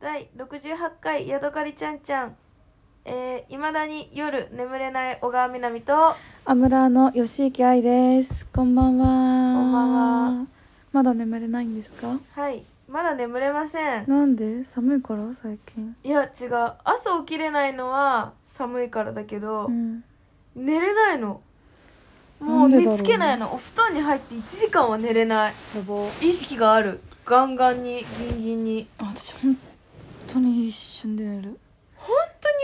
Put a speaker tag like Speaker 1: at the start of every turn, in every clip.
Speaker 1: 第68回ヤドカリちゃんちゃんえー、未だに夜眠れない小川みなみとは
Speaker 2: アムラーの吉池愛です。こんばんは。こん
Speaker 1: ばんは。
Speaker 2: まだ眠れないんですか？
Speaker 1: いまだ眠れません
Speaker 2: なんで寒いから最近。
Speaker 1: いや違う朝起きれないのは寒いからだけど、
Speaker 2: うん。
Speaker 1: 寝れないのもう
Speaker 2: なんでだろうね
Speaker 1: 寝つけないの、お布団に入って1時間は寝れない
Speaker 2: やば。
Speaker 1: 意識があるガンガンにギンギンに
Speaker 2: 私本当に一瞬で寝る。
Speaker 1: 本当に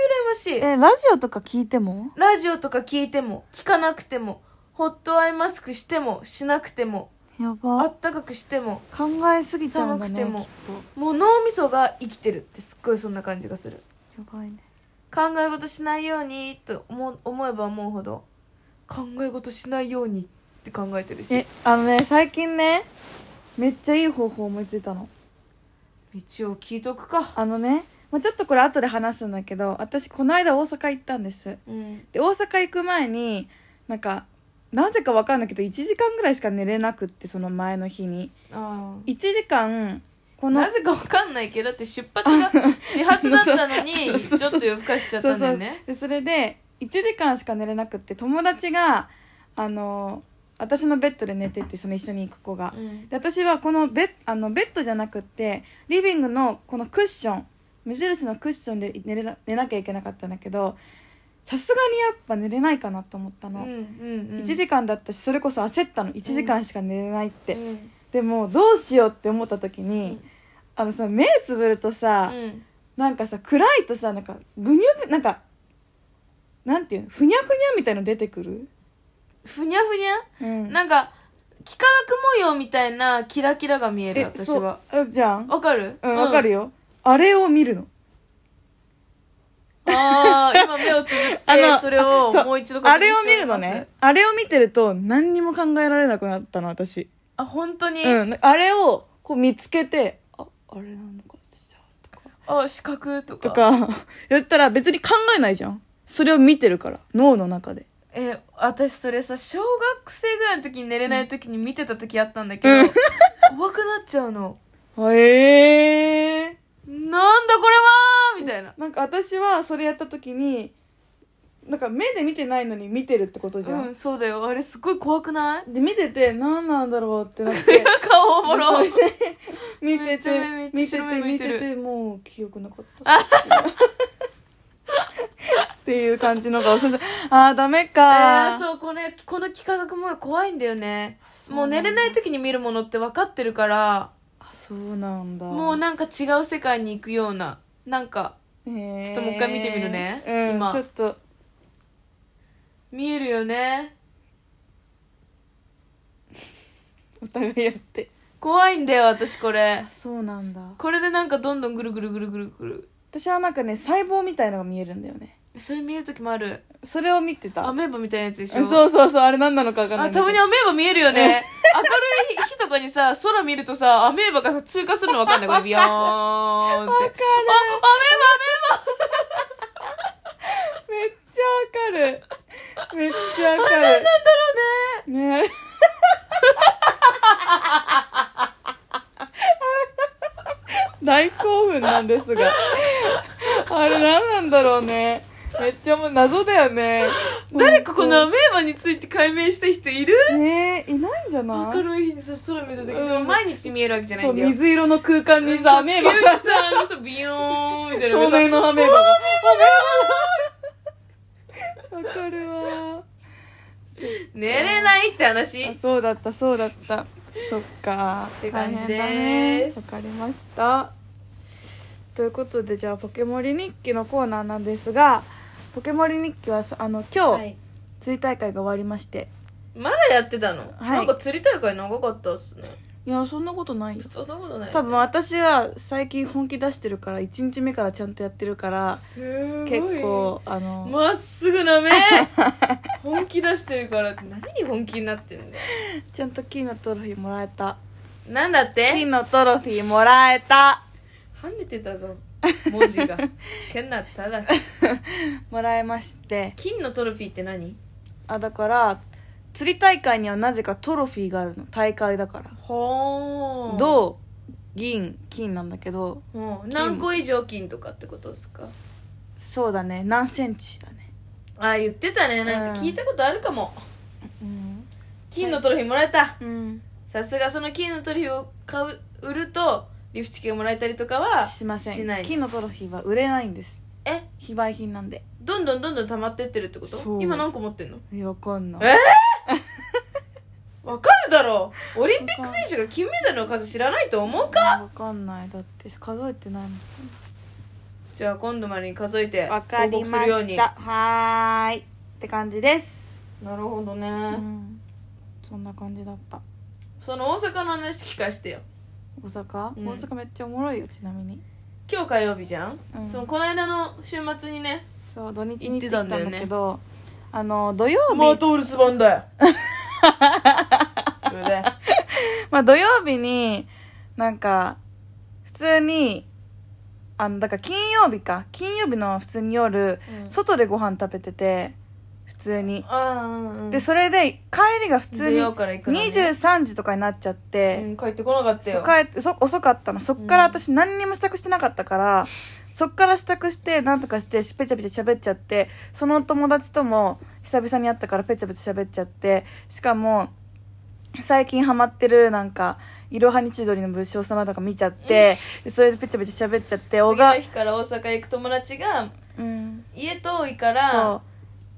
Speaker 1: 羨ましい
Speaker 2: えラジオとか聞いても？
Speaker 1: ラジオとか聞いても聞かなくてもホットアイマスクしてもしなくても
Speaker 2: や
Speaker 1: あ
Speaker 2: ば。
Speaker 1: ったかくしても
Speaker 2: 考えすぎちゃうんだね。きっ
Speaker 1: 寒
Speaker 2: と
Speaker 1: くてももう脳みそが生きてるってすっごいそんな感じがする
Speaker 2: やばいね。
Speaker 1: 考え事しないようにと思う思えば思うほど考え事しないようにって考えてるし
Speaker 2: えあのね最近ねめっちゃいい方法思いついたの。
Speaker 1: 一応聞いとくか
Speaker 2: あのね。まあ、ちょっとこれ後で話すんだけど私この間大阪行ったんです
Speaker 1: うん
Speaker 2: で大阪行く前になんかなぜか分かんないけど1時間ぐらいしか寝れなくってその前の日に
Speaker 1: あ
Speaker 2: 1時間こ
Speaker 1: あ
Speaker 2: の
Speaker 1: なぜかわかんないけどだって出発 が始発だったのに
Speaker 2: そうそう
Speaker 1: ちょっと夜更かしちゃったんだよね
Speaker 2: でそれで1時間しか寝れなくって友達があの私のベッドで寝ててその一緒に行く子が、
Speaker 1: うん
Speaker 2: で私はこのベッあのベッドじゃなくってリビングのこのクッション無印のクッションで寝れな寝なきゃいけなかったんだけどさすがにやっぱ寝れないかなと思った
Speaker 1: う
Speaker 2: の、
Speaker 1: んうんうん
Speaker 2: 1時間だったしそれこそ焦ったの1時間しか寝れないって、
Speaker 1: うん
Speaker 2: でもどうしようって思った時に、
Speaker 1: うん
Speaker 2: あのさ目つぶるとさ、
Speaker 1: うん
Speaker 2: なんかさ暗いとさなんかぐにゅぐなんかなんていうのふにゃふにゃみたいの出てくる、
Speaker 1: ふにゃふにゃ
Speaker 2: うん、
Speaker 1: なんか幾何学模様みたいなキラキラが見える私は
Speaker 2: そうあじゃん
Speaker 1: わかる
Speaker 2: うんわかるよ、あれを見るの
Speaker 1: ああ今目をつぶっ
Speaker 2: あ
Speaker 1: て
Speaker 2: の
Speaker 1: それを
Speaker 2: そう
Speaker 1: もう一度確認
Speaker 2: あ
Speaker 1: して
Speaker 2: れ
Speaker 1: お
Speaker 2: を見
Speaker 1: り
Speaker 2: る
Speaker 1: ま
Speaker 2: の
Speaker 1: す
Speaker 2: ねあれを見てると何にも考えられなくなったの私、
Speaker 1: あ本当に、
Speaker 2: うん、あれをこう見つけてああれなのかじゃあとか
Speaker 1: あ四角とか
Speaker 2: とか 言ったら別に考えないじゃんそれを見てるから脳の中で
Speaker 1: え私それさ小学生ぐらいの時に寝れない時に見てた時あったんだけど、
Speaker 2: うん
Speaker 1: 怖くなっちゃうの
Speaker 2: へえ
Speaker 1: なんだこれはみたいな
Speaker 2: なんか私はそれやった時になんか目で見てないのに見てるってことじゃ、
Speaker 1: うんんそうだよあれすごい怖くない
Speaker 2: で見てて何なんだろうってなって
Speaker 1: 顔 おも ろ
Speaker 2: 見て
Speaker 1: めっち
Speaker 2: て
Speaker 1: ゃ目めっちゃ
Speaker 2: 見て
Speaker 1: 白目
Speaker 2: て
Speaker 1: 向い
Speaker 2: 見
Speaker 1: てる
Speaker 2: ててもう記憶なかったっていう感じのがおすすあーダメ
Speaker 1: え
Speaker 2: か
Speaker 1: ー、そうこれこの幾何学模様怖いんだよね
Speaker 2: そう
Speaker 1: もう寝れない時に見るものって分かってるから
Speaker 2: あそうなんだ
Speaker 1: もうなんか違う世界に行くようななんか
Speaker 2: へー
Speaker 1: ちょっともう一回見てみるね
Speaker 2: うん、
Speaker 1: 今
Speaker 2: ちょっと
Speaker 1: 見えるよね
Speaker 2: お互いやって
Speaker 1: 怖いんだよ私これ
Speaker 2: そうなんだ
Speaker 1: これでなんかどんどんぐるぐるぐるぐるぐる
Speaker 2: 私はなんかね細胞みたいのが見えるんだよね
Speaker 1: それ見える時もある
Speaker 2: それを見てた
Speaker 1: アメーバみたいなやつでし
Speaker 2: そ
Speaker 1: ょ
Speaker 2: うそうそうあれ何なのか分かんない
Speaker 1: あ
Speaker 2: んだ
Speaker 1: たま
Speaker 2: けど
Speaker 1: にアメーバ見えるよね明るい日とかにさ空見るとさアメーバがさ通過するの分かんないこれビヨーンってあアメー
Speaker 2: めっちゃわかるめっちゃわかるねあれ大興奮なんですがあれ何なんだろうねめっちゃもう謎だよね
Speaker 1: バ誰かこのアメーバについて解明した人いる
Speaker 2: ねえいないんじゃない
Speaker 1: 明るい日にさ空見た時でも
Speaker 2: うん
Speaker 1: 毎日見えるわけじゃない
Speaker 2: そうん
Speaker 1: だよ
Speaker 2: 水色の空間にさアメーバ
Speaker 1: 急
Speaker 2: が
Speaker 1: にさあのさビヨーンみたいな
Speaker 2: 透明のアメーバがアメーバわかるわ
Speaker 1: 寝れないって話
Speaker 2: あそうだったそうだったそっか
Speaker 1: て感じです
Speaker 2: 大変だねわかりましたということでじゃあ「ポケモリ日記」のコーナーなんですが「ポケモリ日記はさ」あの今
Speaker 1: は
Speaker 2: 日
Speaker 1: い
Speaker 2: 釣り大会が終わりまして、
Speaker 1: まだやってたの、
Speaker 2: はい
Speaker 1: なんか釣り大会長かったっすね
Speaker 2: い、やそんなことないよ
Speaker 1: そんなことない
Speaker 2: 多分私は最近本気出してるから1日目からちゃんとやってるから
Speaker 1: すごい
Speaker 2: 結構あの、
Speaker 1: まっすぐ な目本気出してるからって何に本気になってんだよ
Speaker 2: ちゃんと金のトロフィーもらえた
Speaker 1: なんだって
Speaker 2: 金のトロフィーもらえた
Speaker 1: 跳ねてたぞ文字 がけんなっただ
Speaker 2: もらえまして
Speaker 1: 金のトロフィーって何
Speaker 2: あだから釣り大会にはなぜかトロフィーがあるの大会だから
Speaker 1: ほー
Speaker 2: 銅銀金なんだけど
Speaker 1: もう何個以上金とかってことですか
Speaker 2: そうだね何センチだね、
Speaker 1: あ言ってたねなんか聞いたことあるかも、
Speaker 2: うん
Speaker 1: 金のトロフィーもらえた
Speaker 2: うん、
Speaker 1: さすがその金のトロフィーを買う売るとリフチ券もらえたりとかは
Speaker 2: しません
Speaker 1: しない
Speaker 2: 金のトロフィーは売れないんです
Speaker 1: え
Speaker 2: 非売品なんで
Speaker 1: どんどんどんどん溜まってってるってこと
Speaker 2: そう
Speaker 1: 今何個持ってんの
Speaker 2: いやわかんない
Speaker 1: えわかるだろうオリンピック選手が金メダルの数知らないと思うか
Speaker 2: わかんないだって数えてないもん
Speaker 1: じゃあ今度までに数えて
Speaker 2: わかり
Speaker 1: す
Speaker 2: ま
Speaker 1: るように
Speaker 2: したはーいって感じです、
Speaker 1: なるほどね、
Speaker 2: うん、そんな感じだった
Speaker 1: その大阪の話聞かしてよ
Speaker 2: 大阪、
Speaker 1: うん
Speaker 2: 大阪めっちゃおもろいよちなみに
Speaker 1: 今日火曜日じゃん、
Speaker 2: うん
Speaker 1: そのこの間の週末にね
Speaker 2: そう土日に行ってき
Speaker 1: 行
Speaker 2: た
Speaker 1: ってたんだよ
Speaker 2: んだ
Speaker 1: ね
Speaker 2: けど、あの土曜日、
Speaker 1: マートウルス版だ よそれ
Speaker 2: まあ土曜日になんか普通にあのだから金曜日か金曜日の普通に夜、
Speaker 1: うん
Speaker 2: 外でご飯食べてて普通に
Speaker 1: ああうんうん
Speaker 2: でそれで帰りが普通に
Speaker 1: 出ようから行くのね
Speaker 2: 23時とかになっちゃって、
Speaker 1: うん帰ってこなかった
Speaker 2: そう
Speaker 1: よ
Speaker 2: 帰ってそ遅かったのそっから私何にも支度してなかったから、そっから支度して何とかしてペチャペチャ喋っちゃってその友達とも久々に会ったからペチャペチャ喋っちゃってしかも最近ハマってるなんか「いろはにちどり」の武将様とか見ちゃって、でそれでペチャペチャ喋っちゃって小
Speaker 1: 次の
Speaker 2: 川
Speaker 1: 日から大阪行く友達が
Speaker 2: うん
Speaker 1: 家遠いか
Speaker 2: そう
Speaker 1: ら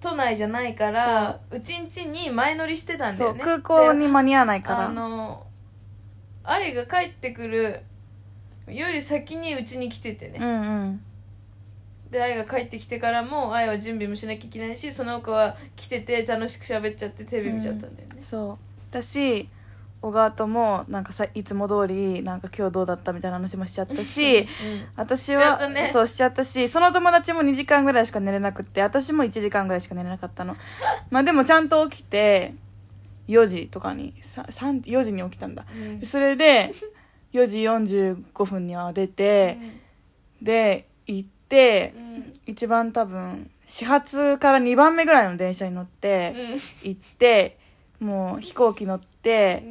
Speaker 1: 都内じゃないからうちんちに前乗りしてたんだ
Speaker 2: そ
Speaker 1: よ
Speaker 2: う
Speaker 1: ね
Speaker 2: 空港に間に合わない
Speaker 1: で
Speaker 2: か
Speaker 1: あ
Speaker 2: ら
Speaker 1: の愛が帰ってくるより先にうちに来ててね、
Speaker 2: うんうん
Speaker 1: で愛が帰ってきてからも愛は準備もしなきゃいけないしその他は来てて楽しく喋っちゃってテレビ見ちゃったんだよね、
Speaker 2: そう私小川ともなんかさいつも通りなんか今日どうだったみたいな話もしちゃったし
Speaker 1: うん
Speaker 2: 私
Speaker 1: しちゃ
Speaker 2: は
Speaker 1: ったね
Speaker 2: そうしちゃったしその友達も2時間ぐらいしか寝れなくって私も1時間ぐらいしか寝れな かったのまあでもちゃんと起きて4時とかにさ3 4時に起きたんだ
Speaker 1: うん
Speaker 2: それ で4時45分には出てで行って
Speaker 1: うん
Speaker 2: 一番多分始発から2番目ぐらいの電車に乗って行ってもう飛行機乗って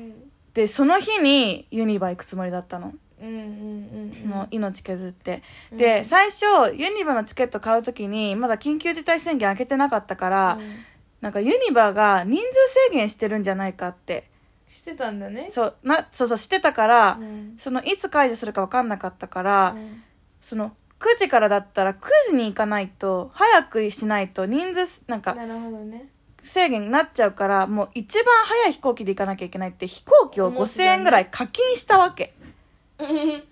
Speaker 2: でその日にユニバ行くつもりだったの
Speaker 1: うんうんうん
Speaker 2: もう命削って
Speaker 1: うん
Speaker 2: で最初ユニバのチケット買う時にまだ緊急事態宣言開けてなかったから、
Speaker 1: うん
Speaker 2: なんかユニバが人数制限してるんじゃないかって
Speaker 1: してたんだね
Speaker 2: そうなそうそうしてたから、
Speaker 1: うん
Speaker 2: そのいつ解除するか分かんなかったから、
Speaker 1: うん
Speaker 2: その9時からだったら9時に行かないと早くしないと人数なんか
Speaker 1: なるほどね
Speaker 2: 制限になっちゃうからもう一番早い飛行機で行かなきゃいけないって飛行機を5000円ぐらい課金したわけ。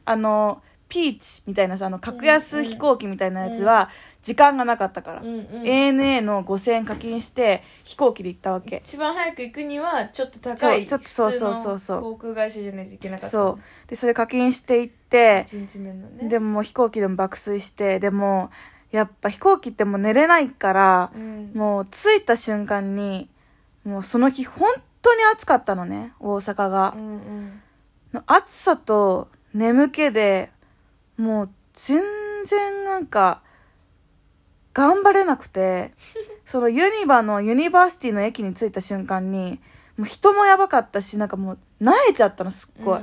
Speaker 2: あの、ピーチみたいなさ、あの、格安飛行機みたいなやつは、時間がなかったから。ANA の5000円課金して、飛行機で行ったわけ。
Speaker 1: 一番早く行くにはちょっと高い
Speaker 2: そうちょっとそうそうそうそう
Speaker 1: 普通の航空会社じゃないといけなかった
Speaker 2: そう。で、それ課金して行って、
Speaker 1: 1日目のね
Speaker 2: でももう飛行機でも爆睡して、でも、やっぱ飛行機ってもう寝れないから、
Speaker 1: うん
Speaker 2: もう着いた瞬間に、もうその日本当に暑かったのね、大阪が
Speaker 1: う。んうん
Speaker 2: の暑さと眠気でもう全然なんか頑張れな くてそのユニバのユニバーシティの駅に着いた瞬間にもう人もやばかったしなんかもう慣れちゃったのすっごい、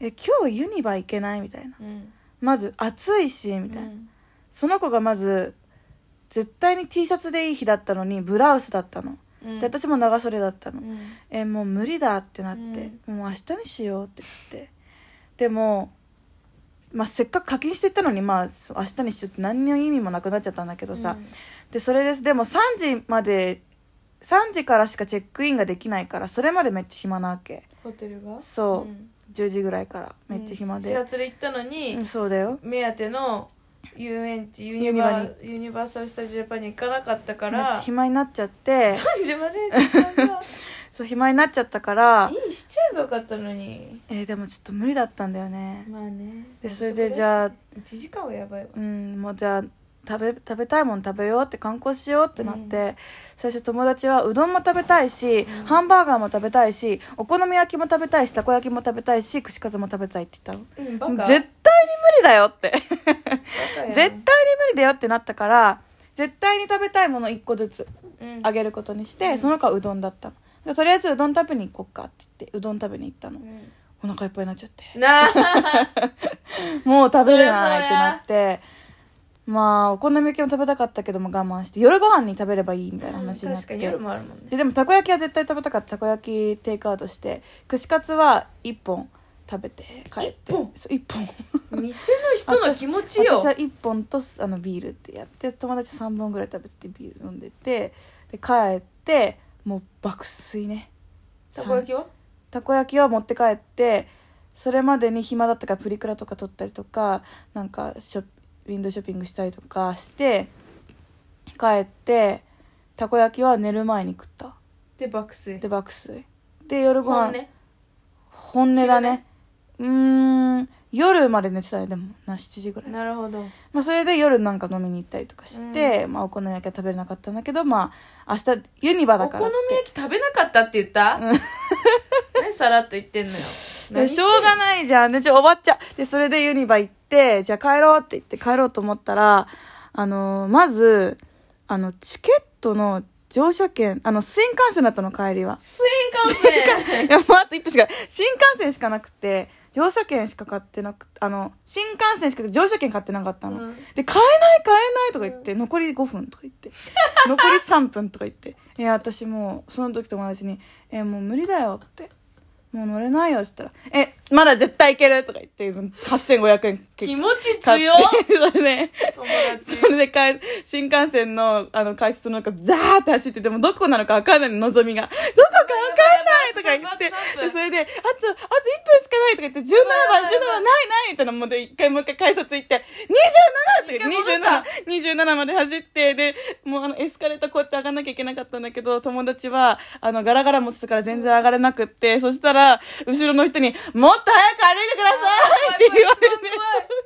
Speaker 2: え今日ユニバ行けないみたいな
Speaker 1: うん
Speaker 2: まず暑いしみ
Speaker 1: う
Speaker 2: たいな、
Speaker 1: ん
Speaker 2: その子がまず絶対に T シャツでいい日だったのにブラウスだったの、
Speaker 1: うん
Speaker 2: で私も長袖だったの、
Speaker 1: うん
Speaker 2: えもう無理だってなって、もう明日にしようって言ってでも、まあ、せっかく課金していったのに、まあ、そう明日にしようって何の意味もなくなっちゃったんだけどさ、でそれですでも3時まで3時からしかチェックインができないからそれまでめっちゃ暇なわけ
Speaker 1: ホテルが
Speaker 2: そううん10時ぐらいからめっちゃ暇
Speaker 1: うん始
Speaker 2: で、
Speaker 1: 発で行ったのに
Speaker 2: うん、そうだよ
Speaker 1: 目当ての遊園地ユニ
Speaker 2: ニバ
Speaker 1: バユニバーサル・スタジオ・ジャパンに行かなかったか
Speaker 2: めっちゃ
Speaker 1: ら
Speaker 2: 暇になっちゃって
Speaker 1: 3時まで時間 が
Speaker 2: そう暇になっちゃったから、
Speaker 1: いいしちゃえばよかったのに
Speaker 2: えーでもちょっと無理だったんだよね
Speaker 1: まあね
Speaker 2: でそれでじゃあ
Speaker 1: 1時間はやばいわ
Speaker 2: うんもうじゃあ食べ食べたいもん食べようって観光しようってなって、最初友達はうどんも食べたいし、ハンバーガーも食べたいしお好み焼きも食べたいしたこ焼きも食べたいし串カツも食べたいって言っ
Speaker 1: うん
Speaker 2: た
Speaker 1: バ
Speaker 2: の
Speaker 1: カ
Speaker 2: 絶対に無理だよって絶
Speaker 1: バカやん
Speaker 2: 対に無理だよってなったから絶対に食べたいもの1個ずつ
Speaker 1: うん
Speaker 2: あげることにして、
Speaker 1: うん
Speaker 2: その子はうどんだったのでとりあえずうどん食べに行こっかって言ってうどん食べに行ったの
Speaker 1: うん
Speaker 2: お腹いっぱいになっちゃって
Speaker 1: なあ
Speaker 2: もう食べれないってなってまあお好み焼きも食べたかったけども我慢して夜ご飯に食べればいいみたいな話になっ
Speaker 1: 確
Speaker 2: て、
Speaker 1: かに夜もあるもんね
Speaker 2: ででもたこ焼きは絶対食べたかったたこ焼きテイクアウトして串カツは1本食べて帰っ
Speaker 1: 一
Speaker 2: て
Speaker 1: 本
Speaker 2: そう一本
Speaker 1: 店の人の気持ちよ
Speaker 2: 私は1本とあのビールってやって友達3本ぐらい食べてビール飲んでてで帰ってもう爆睡ね
Speaker 1: たこ焼きは
Speaker 2: たこ焼きは持って帰ってそれまでに暇だったからプリクラとか撮ったりとかなんかショッウィンドウショッピングしたりとかして帰ってたこ焼きは寝る前に食った
Speaker 1: で爆睡
Speaker 2: で爆睡で夜ご飯
Speaker 1: 本ね
Speaker 2: 本音だね
Speaker 1: ね
Speaker 2: うーん夜まで寝てたねでもな7時ぐらい、
Speaker 1: なるほど
Speaker 2: まあ、それで夜なんか飲みに行ったりとかして、まあ、お好み焼きは食べれなかったんだけどまあ明日ユニバだ
Speaker 1: お
Speaker 2: か
Speaker 1: 好
Speaker 2: らっ
Speaker 1: み
Speaker 2: て
Speaker 1: 焼き食べなかったって言 った
Speaker 2: うん
Speaker 1: 何さらっと言ってんのよ
Speaker 2: で
Speaker 1: 何
Speaker 2: して
Speaker 1: ん
Speaker 2: ょ
Speaker 1: の。
Speaker 2: うがないじゃん。で、ちょ、おばっちゃん。で、それでユニバ行って、じゃあ帰ろうって言って帰ろうと思ったら、あのーまず、あの、チケットの乗車券、あの、新幹線だったの、帰りは
Speaker 1: スイカ
Speaker 2: い
Speaker 1: ね
Speaker 2: や、もうあと1分しかない、新幹線しかなくて、乗車券しか買ってなくあの、新幹線しか乗車券買ってなかったの。
Speaker 1: うん
Speaker 2: で、買えない買えないとか言って、残り5分とか言 って、残り3分とか言って、いや、私もう、その時友達に、え、もう無理だよって、もう乗れないよって言ったら、え、まだ絶対行けるとか言って、8500円
Speaker 1: 気
Speaker 2: 結
Speaker 1: 持ち
Speaker 2: 構
Speaker 1: 強っ
Speaker 2: 買って。 それね。
Speaker 1: 友達
Speaker 2: それで帰新幹線のあの改札の中ザーって走っててもどこなのか分かんないののぞみがどこか分かんないとか
Speaker 1: やばい
Speaker 2: 言
Speaker 1: や
Speaker 2: っ
Speaker 1: ば
Speaker 2: て
Speaker 1: い
Speaker 2: でそれであとあと1分しかないとか言って17番
Speaker 1: うわー
Speaker 2: 17番ないないみたいなもうで一回もう一回改札行って
Speaker 1: 一回戻
Speaker 2: 27っ
Speaker 1: って
Speaker 2: 27 27まで走ってでもうあのエスカレーターこうやって上がんなきゃいけなかったんだけど友達はあのガラガラ持ってたから全然上がれなくってそしたら後ろの人に「もっと早く歩いてください」って言われて
Speaker 1: 怖い